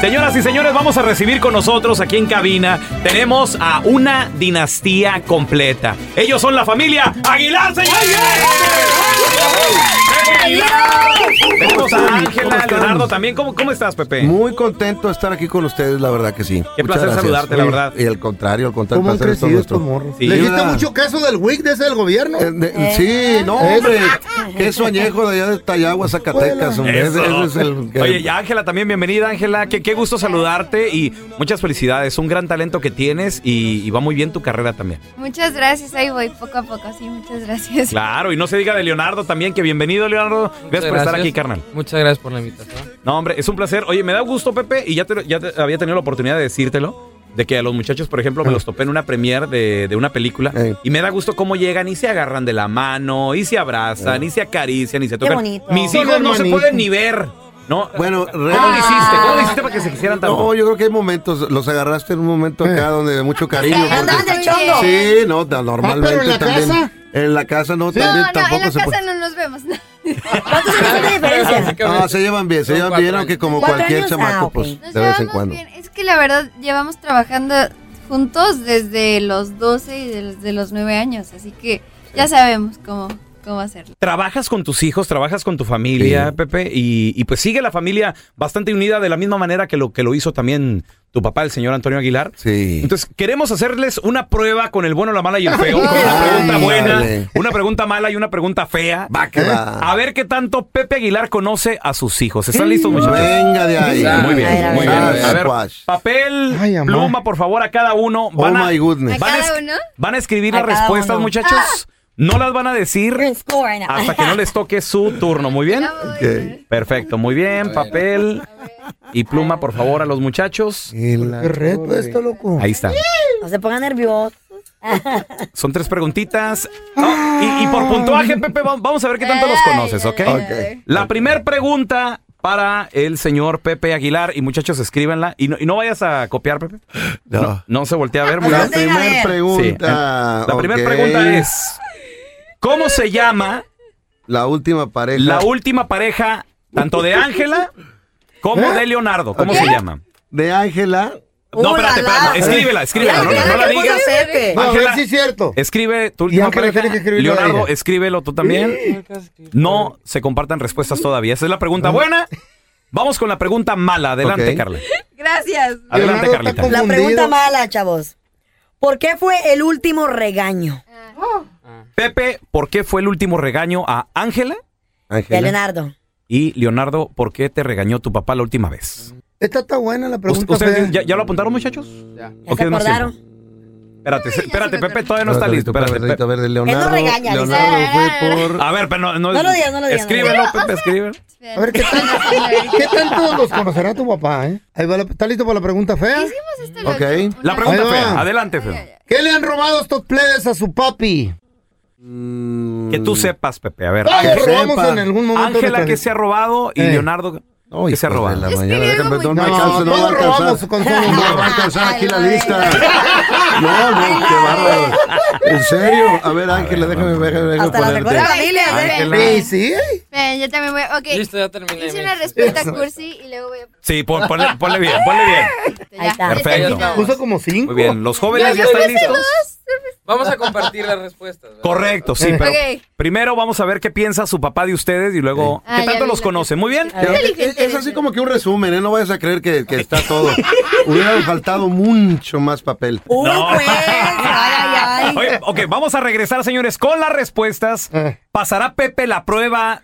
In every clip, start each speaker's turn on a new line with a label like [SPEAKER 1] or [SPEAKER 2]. [SPEAKER 1] Señoras y señores, vamos a recibir con nosotros aquí en cabina. Tenemos a una dinastía completa. Ellos son la familia Aguilar, señores. ¡Pepe Aguilar! Tenemos a Ángela, Leonardo también. ¿Cómo, ¿Cómo estás, Pepe?
[SPEAKER 2] Muy contento de estar aquí con ustedes, la verdad que sí.
[SPEAKER 1] Qué placer saludarte, la verdad.
[SPEAKER 2] Y al contrario, al contrario,
[SPEAKER 3] ¿Cómo han
[SPEAKER 2] placer es todo
[SPEAKER 3] crecido estos
[SPEAKER 2] nuestro.
[SPEAKER 3] morros?
[SPEAKER 1] Sí.
[SPEAKER 3] Le
[SPEAKER 2] ¿Verdad?
[SPEAKER 3] hiciste mucho caso del WIC de ese del gobierno.
[SPEAKER 2] Eh, de- sí, no, hombre. Queso añejo de allá de Tayagua, Zacatecas. hombre,
[SPEAKER 1] Eso.
[SPEAKER 2] Ese, ese es el. que-
[SPEAKER 1] Oye, y Ángela, también bienvenida, Ángela. Qué, qué gusto saludarte y muchas felicidades. Un gran talento que tienes y, y va muy bien tu carrera también.
[SPEAKER 4] Muchas gracias, ahí voy poco a poco, sí, muchas gracias.
[SPEAKER 1] Claro, y no se diga de Leonardo también, que bienvenido, Leonardo. Gracias por estar aquí, carnal.
[SPEAKER 5] Muchas gracias por la invitación.
[SPEAKER 1] No, hombre, es un placer. Oye, me da gusto, Pepe, y ya, te, lo- ya te- había tenido la oportunidad de decírtelo, de que a los muchachos, por ejemplo, me los topé en una premiere de, de una película,
[SPEAKER 2] Ah. Ey.
[SPEAKER 1] y me da gusto cómo llegan y se agarran de la mano, y se
[SPEAKER 2] Ah.
[SPEAKER 1] abrazan, y se acarician, y se tocan.
[SPEAKER 6] bonito.
[SPEAKER 1] Mis
[SPEAKER 3] Son
[SPEAKER 1] hijos no se
[SPEAKER 3] hermanitos.
[SPEAKER 1] pueden ni ver, ¿no?
[SPEAKER 2] Bueno,
[SPEAKER 1] ¿Cómo lo
[SPEAKER 2] realmente.
[SPEAKER 1] hiciste? ¿Cómo lo hiciste para que se quisieran tanto?
[SPEAKER 2] No, yo creo que hay momentos, los agarraste en un momento acá donde de mucho cariño.
[SPEAKER 6] Ahí andaban
[SPEAKER 2] porque-
[SPEAKER 6] de chongo.
[SPEAKER 2] Sí, no, da- normalmente
[SPEAKER 3] Ah, pero en la
[SPEAKER 2] también.
[SPEAKER 3] casa.
[SPEAKER 2] En la casa no,
[SPEAKER 4] No,
[SPEAKER 2] también
[SPEAKER 4] no, en
[SPEAKER 2] tampoco
[SPEAKER 4] la
[SPEAKER 2] se
[SPEAKER 4] casa
[SPEAKER 2] puede.
[SPEAKER 4] no nos vemos. no.
[SPEAKER 6] ¿Cuántos años son de diferencia?
[SPEAKER 2] Ah, se llevan bien, se
[SPEAKER 5] Son
[SPEAKER 2] llevan
[SPEAKER 5] cuatro
[SPEAKER 2] bien,
[SPEAKER 5] años.
[SPEAKER 2] aunque como
[SPEAKER 6] ¿Cuatro
[SPEAKER 2] cualquier
[SPEAKER 6] años?
[SPEAKER 2] chamaco,
[SPEAKER 6] Ah, ok.
[SPEAKER 2] pues,
[SPEAKER 4] Nos
[SPEAKER 2] de vez en
[SPEAKER 4] llevamos
[SPEAKER 2] cuando.
[SPEAKER 4] bien. Es que la verdad llevamos trabajando juntos desde los 12 y desde los 9 años, así que ya sabemos cómo, cómo hacerlo.
[SPEAKER 1] Trabajas con tus hijos, trabajas con tu familia,
[SPEAKER 2] Sí.
[SPEAKER 1] Pepe, y, y pues sigue la familia bastante unida de la misma manera que lo que lo hizo también tu papá, el señor Antonio Aguilar.
[SPEAKER 2] Sí.
[SPEAKER 1] Entonces, queremos hacerles una prueba con el bueno, la mala y el feo. Con
[SPEAKER 3] Ay,
[SPEAKER 1] una pregunta
[SPEAKER 2] ay,
[SPEAKER 1] buena,
[SPEAKER 2] dale.
[SPEAKER 1] una pregunta mala y una pregunta fea.
[SPEAKER 2] Va que va. Mm,
[SPEAKER 1] A ver qué tanto Pepe Aguilar conoce a sus hijos. ¿Están listos, muchachos?
[SPEAKER 2] Venga de ahí. Ah, pues.
[SPEAKER 1] Muy bien,
[SPEAKER 6] A ver, a
[SPEAKER 1] muy
[SPEAKER 6] ver.
[SPEAKER 1] bien. A ver,
[SPEAKER 2] Sasquatch.
[SPEAKER 1] papel,
[SPEAKER 3] Ay, amá.
[SPEAKER 1] pluma, por favor, a cada uno.
[SPEAKER 2] Oh
[SPEAKER 1] Van a,
[SPEAKER 2] my goodness.
[SPEAKER 4] ¿A
[SPEAKER 1] van a
[SPEAKER 4] cada
[SPEAKER 1] es-
[SPEAKER 4] uno?
[SPEAKER 1] van a escribir
[SPEAKER 6] A
[SPEAKER 1] las
[SPEAKER 6] cada
[SPEAKER 1] respuestas,
[SPEAKER 6] uno.
[SPEAKER 1] muchachos. No las van a decir
[SPEAKER 6] We're in school right now.
[SPEAKER 1] hasta que no les toque su turno. Muy bien.
[SPEAKER 4] Bravo, eh.
[SPEAKER 1] Perfecto, muy bien. Papel y pluma, por favor, a los muchachos.
[SPEAKER 3] Qué reto esto, loco.
[SPEAKER 1] Ahí está.
[SPEAKER 6] No se pongan nerviosos.
[SPEAKER 1] Son tres preguntitas. Ah, y, y por puntuaje, Pepe, va- vamos a ver qué tanto los conoces, ¿ok?
[SPEAKER 4] Ay, ay, ay.
[SPEAKER 1] La primer pregunta para el señor Pepe Aguilar. Y muchachos, escríbanla. Y no, y no vayas a copiar, Pepe.
[SPEAKER 2] No.
[SPEAKER 1] No se voltea a ver, muy
[SPEAKER 2] La
[SPEAKER 1] bien.
[SPEAKER 6] Venga,
[SPEAKER 2] primera
[SPEAKER 6] eh.
[SPEAKER 2] pregunta.
[SPEAKER 4] Ah,
[SPEAKER 1] Sí. La primera
[SPEAKER 2] ok.
[SPEAKER 1] pregunta es: ¿Cómo se llama
[SPEAKER 2] La última pareja.
[SPEAKER 1] la última pareja, tanto de Ángela
[SPEAKER 3] ¿Eh?
[SPEAKER 1] como de Leonardo? ¿Cómo se llama?
[SPEAKER 2] de Ángela.
[SPEAKER 1] No, espérate, espérate. no, Escríbela, escríbela. No, no la digas.
[SPEAKER 3] No, a
[SPEAKER 1] Ángela. Eh,
[SPEAKER 3] ver si es cierto.
[SPEAKER 1] Escribe tu
[SPEAKER 3] Y
[SPEAKER 1] última
[SPEAKER 3] Ángela
[SPEAKER 1] pareja.
[SPEAKER 3] tiene que escribirlo a
[SPEAKER 1] Leonardo,
[SPEAKER 3] ella.
[SPEAKER 1] escríbelo tú también. No se compartan respuestas todavía. Esa es la pregunta buena. Vamos con la pregunta mala. Adelante,
[SPEAKER 2] Ok.
[SPEAKER 1] Carla.
[SPEAKER 4] Gracias.
[SPEAKER 1] Adelante,
[SPEAKER 3] Leonardo
[SPEAKER 1] Carlita.
[SPEAKER 3] está
[SPEAKER 6] La
[SPEAKER 3] Confundido.
[SPEAKER 6] pregunta mala, chavos. ¿Por qué fue el último regaño
[SPEAKER 1] Pepe, ¿por qué fue el último regaño a Ángela?
[SPEAKER 6] de
[SPEAKER 2] Ángela.
[SPEAKER 6] Leonardo?
[SPEAKER 1] Y Leonardo, ¿por qué te regañó tu papá la última vez?
[SPEAKER 3] Esta está buena la pregunta.
[SPEAKER 1] ¿Ustedes
[SPEAKER 3] fea.
[SPEAKER 1] ya, ya lo apuntaron, muchachos?
[SPEAKER 6] ¿Ya
[SPEAKER 1] Ok,
[SPEAKER 6] se
[SPEAKER 1] no es cierto.
[SPEAKER 6] acordaron?
[SPEAKER 1] Espérate, espérate,
[SPEAKER 4] me
[SPEAKER 1] Pepe todavía no está listo. Espérate, Ah,
[SPEAKER 2] A
[SPEAKER 1] Pepe.
[SPEAKER 2] ver, de Leonardo.
[SPEAKER 6] regaña, dice.
[SPEAKER 2] Leonardo fue por.
[SPEAKER 1] A ver, pero no, no,
[SPEAKER 6] No lo digas, no lo digas, no lo
[SPEAKER 1] Escríbelo, Pepe, escríbelo.
[SPEAKER 4] Espera.
[SPEAKER 3] A ver, ¿qué, tan- Eh, ¿qué tanto los conocerá tu papá, eh? Ahí va la- ¿Está listo para la pregunta fea?
[SPEAKER 4] Hicimos esto
[SPEAKER 2] Ok.
[SPEAKER 4] loco, una
[SPEAKER 1] La pregunta
[SPEAKER 3] Ahí va.
[SPEAKER 1] fea. Adelante, Feo.
[SPEAKER 3] ¿Qué le han robado estos plebes a su papi?
[SPEAKER 2] mm,
[SPEAKER 1] Que tú sepas, Pepe. A ver.
[SPEAKER 3] Todos
[SPEAKER 2] que
[SPEAKER 3] robamos
[SPEAKER 2] sepa.
[SPEAKER 3] en algún momento.
[SPEAKER 1] Ángela
[SPEAKER 3] nuestra
[SPEAKER 1] que
[SPEAKER 3] vida.
[SPEAKER 1] se ha robado y
[SPEAKER 3] Eh.
[SPEAKER 1] Leonardo que se ha robado.
[SPEAKER 2] La
[SPEAKER 4] Es que
[SPEAKER 2] mañana,
[SPEAKER 4] era
[SPEAKER 2] déjame,
[SPEAKER 4] muy-
[SPEAKER 2] no,
[SPEAKER 3] No,
[SPEAKER 2] no, alcanza, no va a
[SPEAKER 3] todos robamos
[SPEAKER 2] alcanzar.
[SPEAKER 3] con
[SPEAKER 2] No
[SPEAKER 3] solo
[SPEAKER 2] va a alcanzar aquí la lista. No, no, qué bárbaro. En serio. A ver, Ángela, déjame ver. déjame
[SPEAKER 6] Hasta la
[SPEAKER 2] ponerte.
[SPEAKER 6] segunda familia, ¿eh?
[SPEAKER 1] Ángela.
[SPEAKER 3] Sí, sí.
[SPEAKER 4] Espera, yo también voy. Ok.
[SPEAKER 5] Listo, ya terminé.
[SPEAKER 4] Hice
[SPEAKER 5] mi-
[SPEAKER 4] una respuesta cursi y luego voy a.
[SPEAKER 1] Sí, pon- ponle, ponle bien, ponle bien.
[SPEAKER 4] Ya,
[SPEAKER 6] Ahí está.
[SPEAKER 4] ya
[SPEAKER 1] Perfecto.
[SPEAKER 4] terminamos.
[SPEAKER 3] Puso como cinco.
[SPEAKER 1] Muy bien. Los jóvenes ya están listos.
[SPEAKER 5] Vamos a compartir las respuestas. ¿verdad?
[SPEAKER 1] Correcto, sí, pero
[SPEAKER 4] Ok.
[SPEAKER 1] primero vamos a ver qué piensa su papá de ustedes y luego
[SPEAKER 4] Ah,
[SPEAKER 1] qué
[SPEAKER 4] ya
[SPEAKER 1] tanto
[SPEAKER 4] vi
[SPEAKER 1] los
[SPEAKER 4] la-
[SPEAKER 1] conoce. Muy bien.
[SPEAKER 2] Pero es- Es así como que un resumen, ¿eh? No vayas a creer que, que está todo. Hubiera faltado mucho más papel.
[SPEAKER 6] Uy,
[SPEAKER 1] No.
[SPEAKER 6] pues. Ay, ay, ay.
[SPEAKER 1] Oye, ok, vamos a regresar, señores, con las respuestas. ¿Pasará Pepe la prueba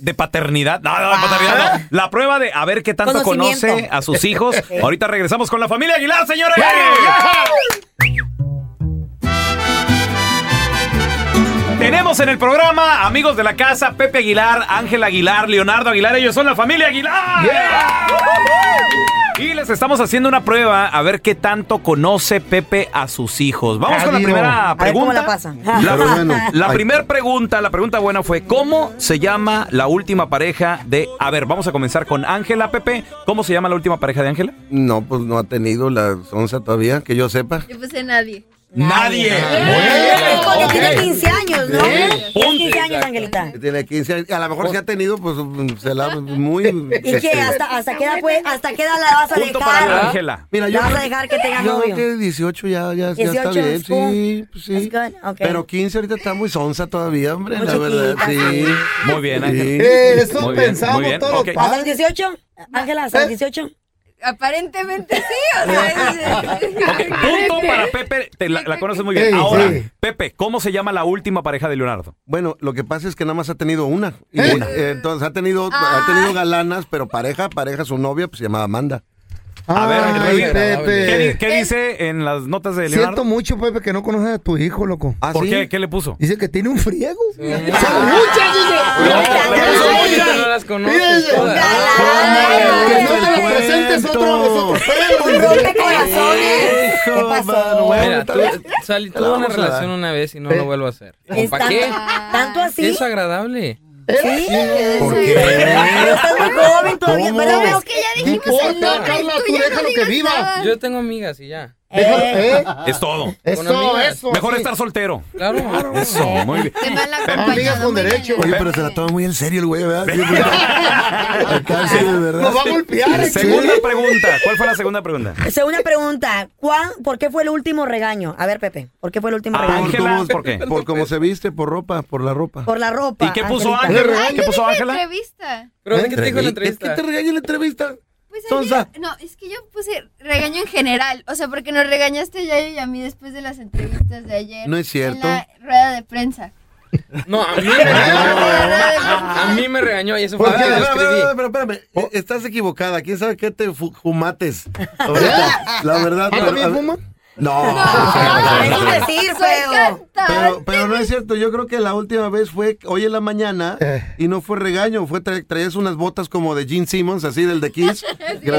[SPEAKER 1] de paternidad? No, no, de paternidad
[SPEAKER 4] Ah.
[SPEAKER 1] no. La prueba de a ver qué tanto
[SPEAKER 6] Conocimiento.
[SPEAKER 1] conoce a sus hijos. Ahorita regresamos con la familia Aguilar, señores. Tenemos en el programa amigos de la casa Pepe Aguilar, Ángel Aguilar, Leonardo Aguilar, ellos son la familia Aguilar. Y les estamos haciendo una prueba a ver qué tanto conoce Pepe a sus hijos. Vamos con la
[SPEAKER 3] Adiós.
[SPEAKER 1] primera
[SPEAKER 6] A ver cómo
[SPEAKER 1] pregunta.
[SPEAKER 6] la pasa.
[SPEAKER 1] La,
[SPEAKER 2] Pero bueno.
[SPEAKER 1] la
[SPEAKER 2] Ay.
[SPEAKER 1] primera pregunta, la pregunta buena fue ¿Cómo se llama la última pareja de A ver, vamos a comenzar con Ángela Pepe. ¿Cómo se llama la última pareja de Ángela?
[SPEAKER 2] No, pues no ha tenido la onza todavía, que yo sepa.
[SPEAKER 4] Yo puse nadie.
[SPEAKER 1] Nadie.
[SPEAKER 6] Porque tiene
[SPEAKER 1] Ok.
[SPEAKER 6] 15 años, ¿no?
[SPEAKER 2] Sí.
[SPEAKER 6] Tienes 15
[SPEAKER 1] Ponte.
[SPEAKER 6] años, Angelita.
[SPEAKER 2] Que Tiene 15 años. A lo mejor si ha tenido, pues mm, se la muy. este,
[SPEAKER 6] ¿Y qué? ¿Hasta, hasta qué edad, pues, ¿Hasta qué edad la vas a
[SPEAKER 1] Punto para
[SPEAKER 6] dejar?
[SPEAKER 1] Ángela.
[SPEAKER 2] Mira, yo.
[SPEAKER 6] ¿La vas a dejar que tenga
[SPEAKER 2] yo
[SPEAKER 6] novio?
[SPEAKER 2] creo que 18 ya, ya, ya está
[SPEAKER 6] 18
[SPEAKER 2] bien,
[SPEAKER 6] es cool.
[SPEAKER 2] sí, pues, sí.
[SPEAKER 6] It's good, ok.
[SPEAKER 2] Pero 15 ahorita está muy sonsa todavía, hombre,
[SPEAKER 6] Muy
[SPEAKER 2] la verdad,
[SPEAKER 6] chiquita.
[SPEAKER 2] sí.
[SPEAKER 1] Muy bien,
[SPEAKER 2] Sí.
[SPEAKER 1] Ángela.
[SPEAKER 3] Eh, Eso
[SPEAKER 1] Muy bien,
[SPEAKER 3] pensamos
[SPEAKER 1] muy bien,
[SPEAKER 3] todos
[SPEAKER 1] ok.
[SPEAKER 3] los
[SPEAKER 6] ¿Hasta los
[SPEAKER 3] padres.
[SPEAKER 6] 18? Ángela,
[SPEAKER 2] ¿Eh?
[SPEAKER 6] ¿hasta los 18?
[SPEAKER 4] Aparentemente sí, o sea. es-
[SPEAKER 1] Ok, punto para Pepe. Te la, la conoces muy bien.
[SPEAKER 3] Sí,
[SPEAKER 1] Ahora,
[SPEAKER 3] sí.
[SPEAKER 1] Pepe, ¿cómo se llama la última pareja de Leonardo?
[SPEAKER 2] Bueno, lo que pasa es que nada más ha tenido una. Y
[SPEAKER 3] ¿Eh?
[SPEAKER 2] una- eh, Entonces ha tenido, ha tenido galanas, pero pareja, pareja, su novia, pues se llamaba Amanda.
[SPEAKER 1] A ver,
[SPEAKER 3] Ay,
[SPEAKER 1] Pepe, ¿Qué, di-
[SPEAKER 3] Pepe.
[SPEAKER 1] qué dice en las notas de Leonardo?
[SPEAKER 3] Siento mucho, Pepe, que no conoces a tu hijo, loco.
[SPEAKER 2] ¿Ah,
[SPEAKER 1] ¿Por
[SPEAKER 2] sí?
[SPEAKER 1] qué? ¿Qué le puso?
[SPEAKER 3] Dice que tiene un friego.
[SPEAKER 5] No, no las conoces todas.
[SPEAKER 3] Que no te lo
[SPEAKER 2] Cuento.
[SPEAKER 3] presentes otro a nosotros.
[SPEAKER 6] Un rompecorazones. ¿Qué
[SPEAKER 2] Hijo,
[SPEAKER 6] pasó?
[SPEAKER 2] Manuel.
[SPEAKER 5] Mira, tú- sal-
[SPEAKER 2] la
[SPEAKER 5] tuve una
[SPEAKER 2] vamos a dar.
[SPEAKER 5] relación una vez y no lo vuelvo a hacer.
[SPEAKER 6] ¿Es
[SPEAKER 5] ¿Para
[SPEAKER 6] tan-
[SPEAKER 5] qué?
[SPEAKER 6] ¿Tanto
[SPEAKER 5] ¿Qué
[SPEAKER 6] así?
[SPEAKER 5] es agradable?
[SPEAKER 6] ¿Sí?
[SPEAKER 2] ¿Por
[SPEAKER 4] Soy-
[SPEAKER 2] qué?
[SPEAKER 6] Pero estás muy joven todavía,
[SPEAKER 2] ¿Cómo?
[SPEAKER 6] pero veo
[SPEAKER 4] Pero
[SPEAKER 6] que-
[SPEAKER 4] que ya
[SPEAKER 3] No
[SPEAKER 4] dijimos el
[SPEAKER 3] importa,
[SPEAKER 4] nombre,
[SPEAKER 3] Carla, tú
[SPEAKER 4] ya no
[SPEAKER 3] déjalo que
[SPEAKER 4] digas
[SPEAKER 3] viva.
[SPEAKER 4] nada.
[SPEAKER 5] Yo tengo amigas y ya.
[SPEAKER 3] Déjalo,
[SPEAKER 6] Eh,
[SPEAKER 3] ¿eh?
[SPEAKER 1] Es todo.
[SPEAKER 3] Eso,
[SPEAKER 5] amigas.
[SPEAKER 3] eso.
[SPEAKER 1] Mejor
[SPEAKER 3] sí.
[SPEAKER 1] estar soltero.
[SPEAKER 5] Claro.
[SPEAKER 1] Eso, muy bien.
[SPEAKER 4] De mal
[SPEAKER 3] Amigas
[SPEAKER 4] acompañado.
[SPEAKER 3] con
[SPEAKER 4] muy
[SPEAKER 3] derecho.
[SPEAKER 4] mal.
[SPEAKER 2] Oye, pero se la toma muy en serio el güey, ¿verdad? Sí, güey. Acá sí, de verdad.
[SPEAKER 3] Nos va a golpear.
[SPEAKER 2] Ah,
[SPEAKER 3] ¿eh?
[SPEAKER 1] Segunda pregunta. ¿Cuál fue la segunda pregunta?
[SPEAKER 6] Segunda pregunta. ¿Cuán, ¿Por qué fue el último regaño? A ver, Pepe, ¿por qué fue el último
[SPEAKER 1] Ah,
[SPEAKER 6] regaño?
[SPEAKER 1] Ángela,
[SPEAKER 2] cómo-
[SPEAKER 1] ¿por qué?
[SPEAKER 2] Por cómo se viste, por ropa, por la ropa.
[SPEAKER 6] Por la ropa.
[SPEAKER 1] ¿Y qué puso
[SPEAKER 6] Angelita.
[SPEAKER 1] Ángela?
[SPEAKER 4] Ah, Ay,
[SPEAKER 1] ¿Qué
[SPEAKER 4] yo
[SPEAKER 1] puso
[SPEAKER 4] dije
[SPEAKER 1] Ángela?
[SPEAKER 4] entrevista.
[SPEAKER 5] ¿Pero ¿de qué te dijo en
[SPEAKER 2] ¿Qué
[SPEAKER 5] la entrevista?
[SPEAKER 2] te regaña en la entrevista?
[SPEAKER 4] Pues ahí
[SPEAKER 2] Sonsa.
[SPEAKER 4] yo- no, es que yo puse regaño en general. O sea, porque nos regañaste a Yayo y a mí después de las entrevistas de ayer.
[SPEAKER 2] No es cierto.
[SPEAKER 4] En la rueda de prensa.
[SPEAKER 5] No, a mí me regañó.
[SPEAKER 4] Rueda de prensa.
[SPEAKER 5] A mí me regañó y eso fue
[SPEAKER 2] Porque,
[SPEAKER 5] lo que yo
[SPEAKER 2] espérame, espérame,
[SPEAKER 5] escribí.
[SPEAKER 2] espérame, espérame. Eh, Estás equivocada. ¿Quién sabe qué te fu- fumates? Ahorita, La verdad.
[SPEAKER 3] ¿Ah,
[SPEAKER 2] pero-
[SPEAKER 3] también fuma?
[SPEAKER 2] No.
[SPEAKER 6] Ah, eso es decir,
[SPEAKER 4] Soy
[SPEAKER 6] feo.
[SPEAKER 4] cantante.
[SPEAKER 2] Pero, pero no es cierto, yo creo que la última vez fue hoy en la mañana
[SPEAKER 3] Eh.
[SPEAKER 2] y no fue regaño, fue tra- traías unas botas como de Gene Simmons, así del de Kiss,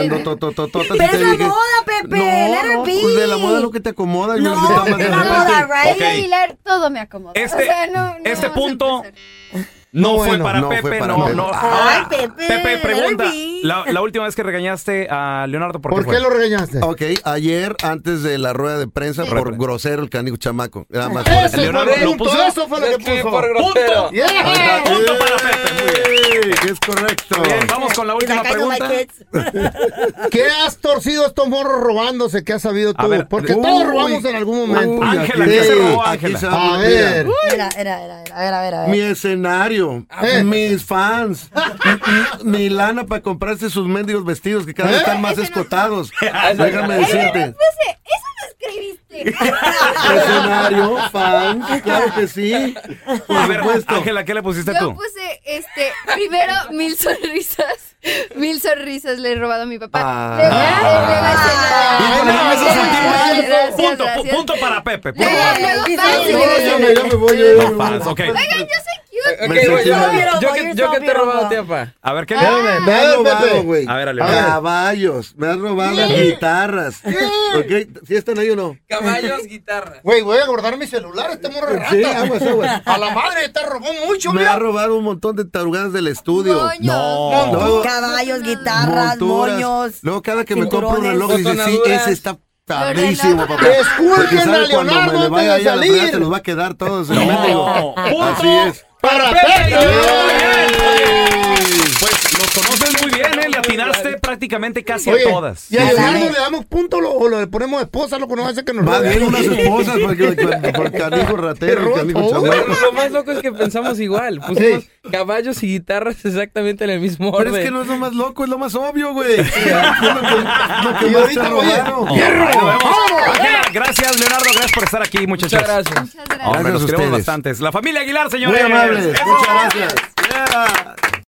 [SPEAKER 2] grandotototototas. y
[SPEAKER 6] Pero
[SPEAKER 2] te
[SPEAKER 6] es la
[SPEAKER 2] dije,
[SPEAKER 6] moda, Pepe, let her
[SPEAKER 2] No, no,
[SPEAKER 6] be.
[SPEAKER 2] pues de la moda lo que te acomoda.
[SPEAKER 6] No,
[SPEAKER 2] yo- yo-
[SPEAKER 1] Pues
[SPEAKER 6] de
[SPEAKER 2] de
[SPEAKER 6] la
[SPEAKER 2] repente-
[SPEAKER 6] moda, right?
[SPEAKER 1] Ok.
[SPEAKER 4] Yayo Aguilar, todo me acomoda.
[SPEAKER 1] Este-
[SPEAKER 4] O sea, no- no
[SPEAKER 1] este
[SPEAKER 4] vamos a
[SPEAKER 1] punto-
[SPEAKER 4] empezar.
[SPEAKER 1] No, fue
[SPEAKER 2] bueno,
[SPEAKER 1] para
[SPEAKER 2] no
[SPEAKER 1] Pepe,
[SPEAKER 2] fue para
[SPEAKER 1] no,
[SPEAKER 2] Pepe.
[SPEAKER 1] no.
[SPEAKER 6] Ay,
[SPEAKER 1] Ahora,
[SPEAKER 6] Pepe,
[SPEAKER 1] Pepe, pregunta.
[SPEAKER 6] Derby.
[SPEAKER 1] La, la última vez que regañaste a Leonardo, ¿por qué,
[SPEAKER 3] ¿Por
[SPEAKER 1] fue?
[SPEAKER 3] qué lo regañaste?
[SPEAKER 2] Ok, ayer, antes de la rueda de prensa,
[SPEAKER 1] Sí.
[SPEAKER 2] por grosero el canico chamaco. Nada más. por
[SPEAKER 3] Eso
[SPEAKER 2] eso.
[SPEAKER 1] El Leonardo
[SPEAKER 3] fue lo
[SPEAKER 1] lo
[SPEAKER 3] punto,
[SPEAKER 1] puso-
[SPEAKER 3] eso fue
[SPEAKER 5] Yo
[SPEAKER 3] lo que
[SPEAKER 5] escribí
[SPEAKER 3] puso.
[SPEAKER 5] por grosero.
[SPEAKER 3] Yeah.
[SPEAKER 1] Punto para Pepe, muy
[SPEAKER 2] Ey, Es correcto.
[SPEAKER 1] Bien, vamos con la
[SPEAKER 6] It's
[SPEAKER 1] última
[SPEAKER 6] like I know my
[SPEAKER 1] pregunta.
[SPEAKER 6] kids.
[SPEAKER 3] ¿Qué has torcido estos morros robándose? ¿Qué has sabido
[SPEAKER 1] A
[SPEAKER 3] tú?
[SPEAKER 1] ver,
[SPEAKER 3] Porque
[SPEAKER 1] uy.
[SPEAKER 3] todos robamos en algún momento.
[SPEAKER 2] Uy,
[SPEAKER 1] Ángela,
[SPEAKER 2] aquí-
[SPEAKER 1] ¿qué se
[SPEAKER 2] Sí,
[SPEAKER 1] robó
[SPEAKER 2] aquí
[SPEAKER 1] Ángela?
[SPEAKER 2] sabemos,
[SPEAKER 3] A
[SPEAKER 2] mira.
[SPEAKER 3] ver.
[SPEAKER 6] Era, era, era, era, a ver, a ver, a
[SPEAKER 2] Mi
[SPEAKER 6] ver.
[SPEAKER 2] escenario,
[SPEAKER 3] Eh.
[SPEAKER 2] mis fans, mi- mi lana para comprarse sus mendigos vestidos que cada vez están más escotados. Déjame decirte.
[SPEAKER 4] Puse, eso lo escribiste.
[SPEAKER 2] Escenario, fans, claro que sí.
[SPEAKER 1] A
[SPEAKER 2] Por
[SPEAKER 1] ver,
[SPEAKER 2] supuesto.
[SPEAKER 1] Ángela, ¿qué le pusiste
[SPEAKER 4] Yo
[SPEAKER 1] tú?
[SPEAKER 4] puse, este, primero mil sonrisas. Mil sonrisas le he robado a mi papá.
[SPEAKER 2] Ah.
[SPEAKER 4] Le voy a- le voy a
[SPEAKER 1] Híjole, me hizo sentir
[SPEAKER 4] cenar.
[SPEAKER 1] mal.
[SPEAKER 4] Gracias,
[SPEAKER 1] Punto, pu-
[SPEAKER 4] gracias.
[SPEAKER 1] punto para Pepe. punto
[SPEAKER 4] Luego,
[SPEAKER 1] para-
[SPEAKER 4] luego,
[SPEAKER 6] Sí,
[SPEAKER 4] fans,
[SPEAKER 6] sí,
[SPEAKER 2] Yo
[SPEAKER 6] sí,
[SPEAKER 4] luego,
[SPEAKER 6] sí.
[SPEAKER 2] ya me- ya me voy, yo ya me
[SPEAKER 1] No, fans,
[SPEAKER 2] voy.
[SPEAKER 1] ok.
[SPEAKER 4] Oigan, yo soy cute.
[SPEAKER 1] Eh,
[SPEAKER 2] Me
[SPEAKER 5] Ok, güey,
[SPEAKER 2] sentí mal.
[SPEAKER 5] yo, yo que, yo que te he robado, tía, pa.
[SPEAKER 1] A
[SPEAKER 4] Ah.
[SPEAKER 1] ver, ¿qué?
[SPEAKER 3] Espérame,
[SPEAKER 2] Me has
[SPEAKER 3] espérame,
[SPEAKER 2] robado,
[SPEAKER 3] espérame.
[SPEAKER 2] güey. Ah.
[SPEAKER 1] A ver, Ale, a ver.
[SPEAKER 2] Caballos, me has robado guitarras. ¿Ok? ¿Sí están ahí o no?
[SPEAKER 5] Caballos, guitarra.
[SPEAKER 3] Güey, voy a guardar mi celular, este morro es
[SPEAKER 2] Sí,
[SPEAKER 3] rata.
[SPEAKER 2] aguas, aguas.
[SPEAKER 3] A la madre, te robó mucho,
[SPEAKER 2] Me ha
[SPEAKER 3] mira.
[SPEAKER 2] robado un montón de tarugadas del estudio.
[SPEAKER 4] Moños.
[SPEAKER 1] No.
[SPEAKER 2] Luego-
[SPEAKER 6] Caballos, guitarras,
[SPEAKER 2] Monturas.
[SPEAKER 6] moños.
[SPEAKER 2] Luego cada que me
[SPEAKER 6] cinturones.
[SPEAKER 2] compro un reloj dice, sí,
[SPEAKER 5] Botonaduras.
[SPEAKER 2] ese está
[SPEAKER 4] Los
[SPEAKER 2] padrísimo, papá.
[SPEAKER 4] relojes.
[SPEAKER 3] Esculquen
[SPEAKER 2] Porque sabe
[SPEAKER 3] a
[SPEAKER 2] cuando
[SPEAKER 3] Leonardo
[SPEAKER 2] me le
[SPEAKER 3] antes
[SPEAKER 2] vaya
[SPEAKER 3] de
[SPEAKER 2] ahí a la
[SPEAKER 3] salir.
[SPEAKER 2] playa, se los va a quedar todos. el
[SPEAKER 1] No.
[SPEAKER 2] mendigo. Así es.
[SPEAKER 3] Para
[SPEAKER 1] Pues nos conoces muy bien, ¿eh? Le atinaste prácticamente casi a todas.
[SPEAKER 3] ¿y a
[SPEAKER 6] Sí,
[SPEAKER 3] Leonardo
[SPEAKER 6] sí.
[SPEAKER 3] le damos punto lo- o le ponemos esposa, lo que nos hace que nos
[SPEAKER 2] Más
[SPEAKER 3] robe?
[SPEAKER 2] bien unas esposas, porque por canijo ratero,
[SPEAKER 3] Te
[SPEAKER 2] canijo
[SPEAKER 3] robo.
[SPEAKER 2] chamaco.
[SPEAKER 5] Lo más loco es que pensamos igual. Pusimos caballos y guitarras exactamente en el mismo orden.
[SPEAKER 2] Pero es que no es lo más loco, es lo más obvio, güey. Es lo que- lo que
[SPEAKER 3] ¿eh? Y
[SPEAKER 2] más te
[SPEAKER 3] ahorita, oye,
[SPEAKER 2] robaron.
[SPEAKER 1] Ahí nos vemos. Ángela, gracias, Leonardo. Gracias por estar aquí, muchachos.
[SPEAKER 5] Muchas gracias.
[SPEAKER 4] Muchas gracias.
[SPEAKER 1] Hombre,
[SPEAKER 2] Gracias
[SPEAKER 1] los
[SPEAKER 2] a
[SPEAKER 1] queremos
[SPEAKER 2] ustedes.
[SPEAKER 1] bastantes. La familia Aguilar,
[SPEAKER 2] Muy
[SPEAKER 1] señores.
[SPEAKER 2] amables.
[SPEAKER 1] Eso.
[SPEAKER 2] Muchas gracias. Yeah.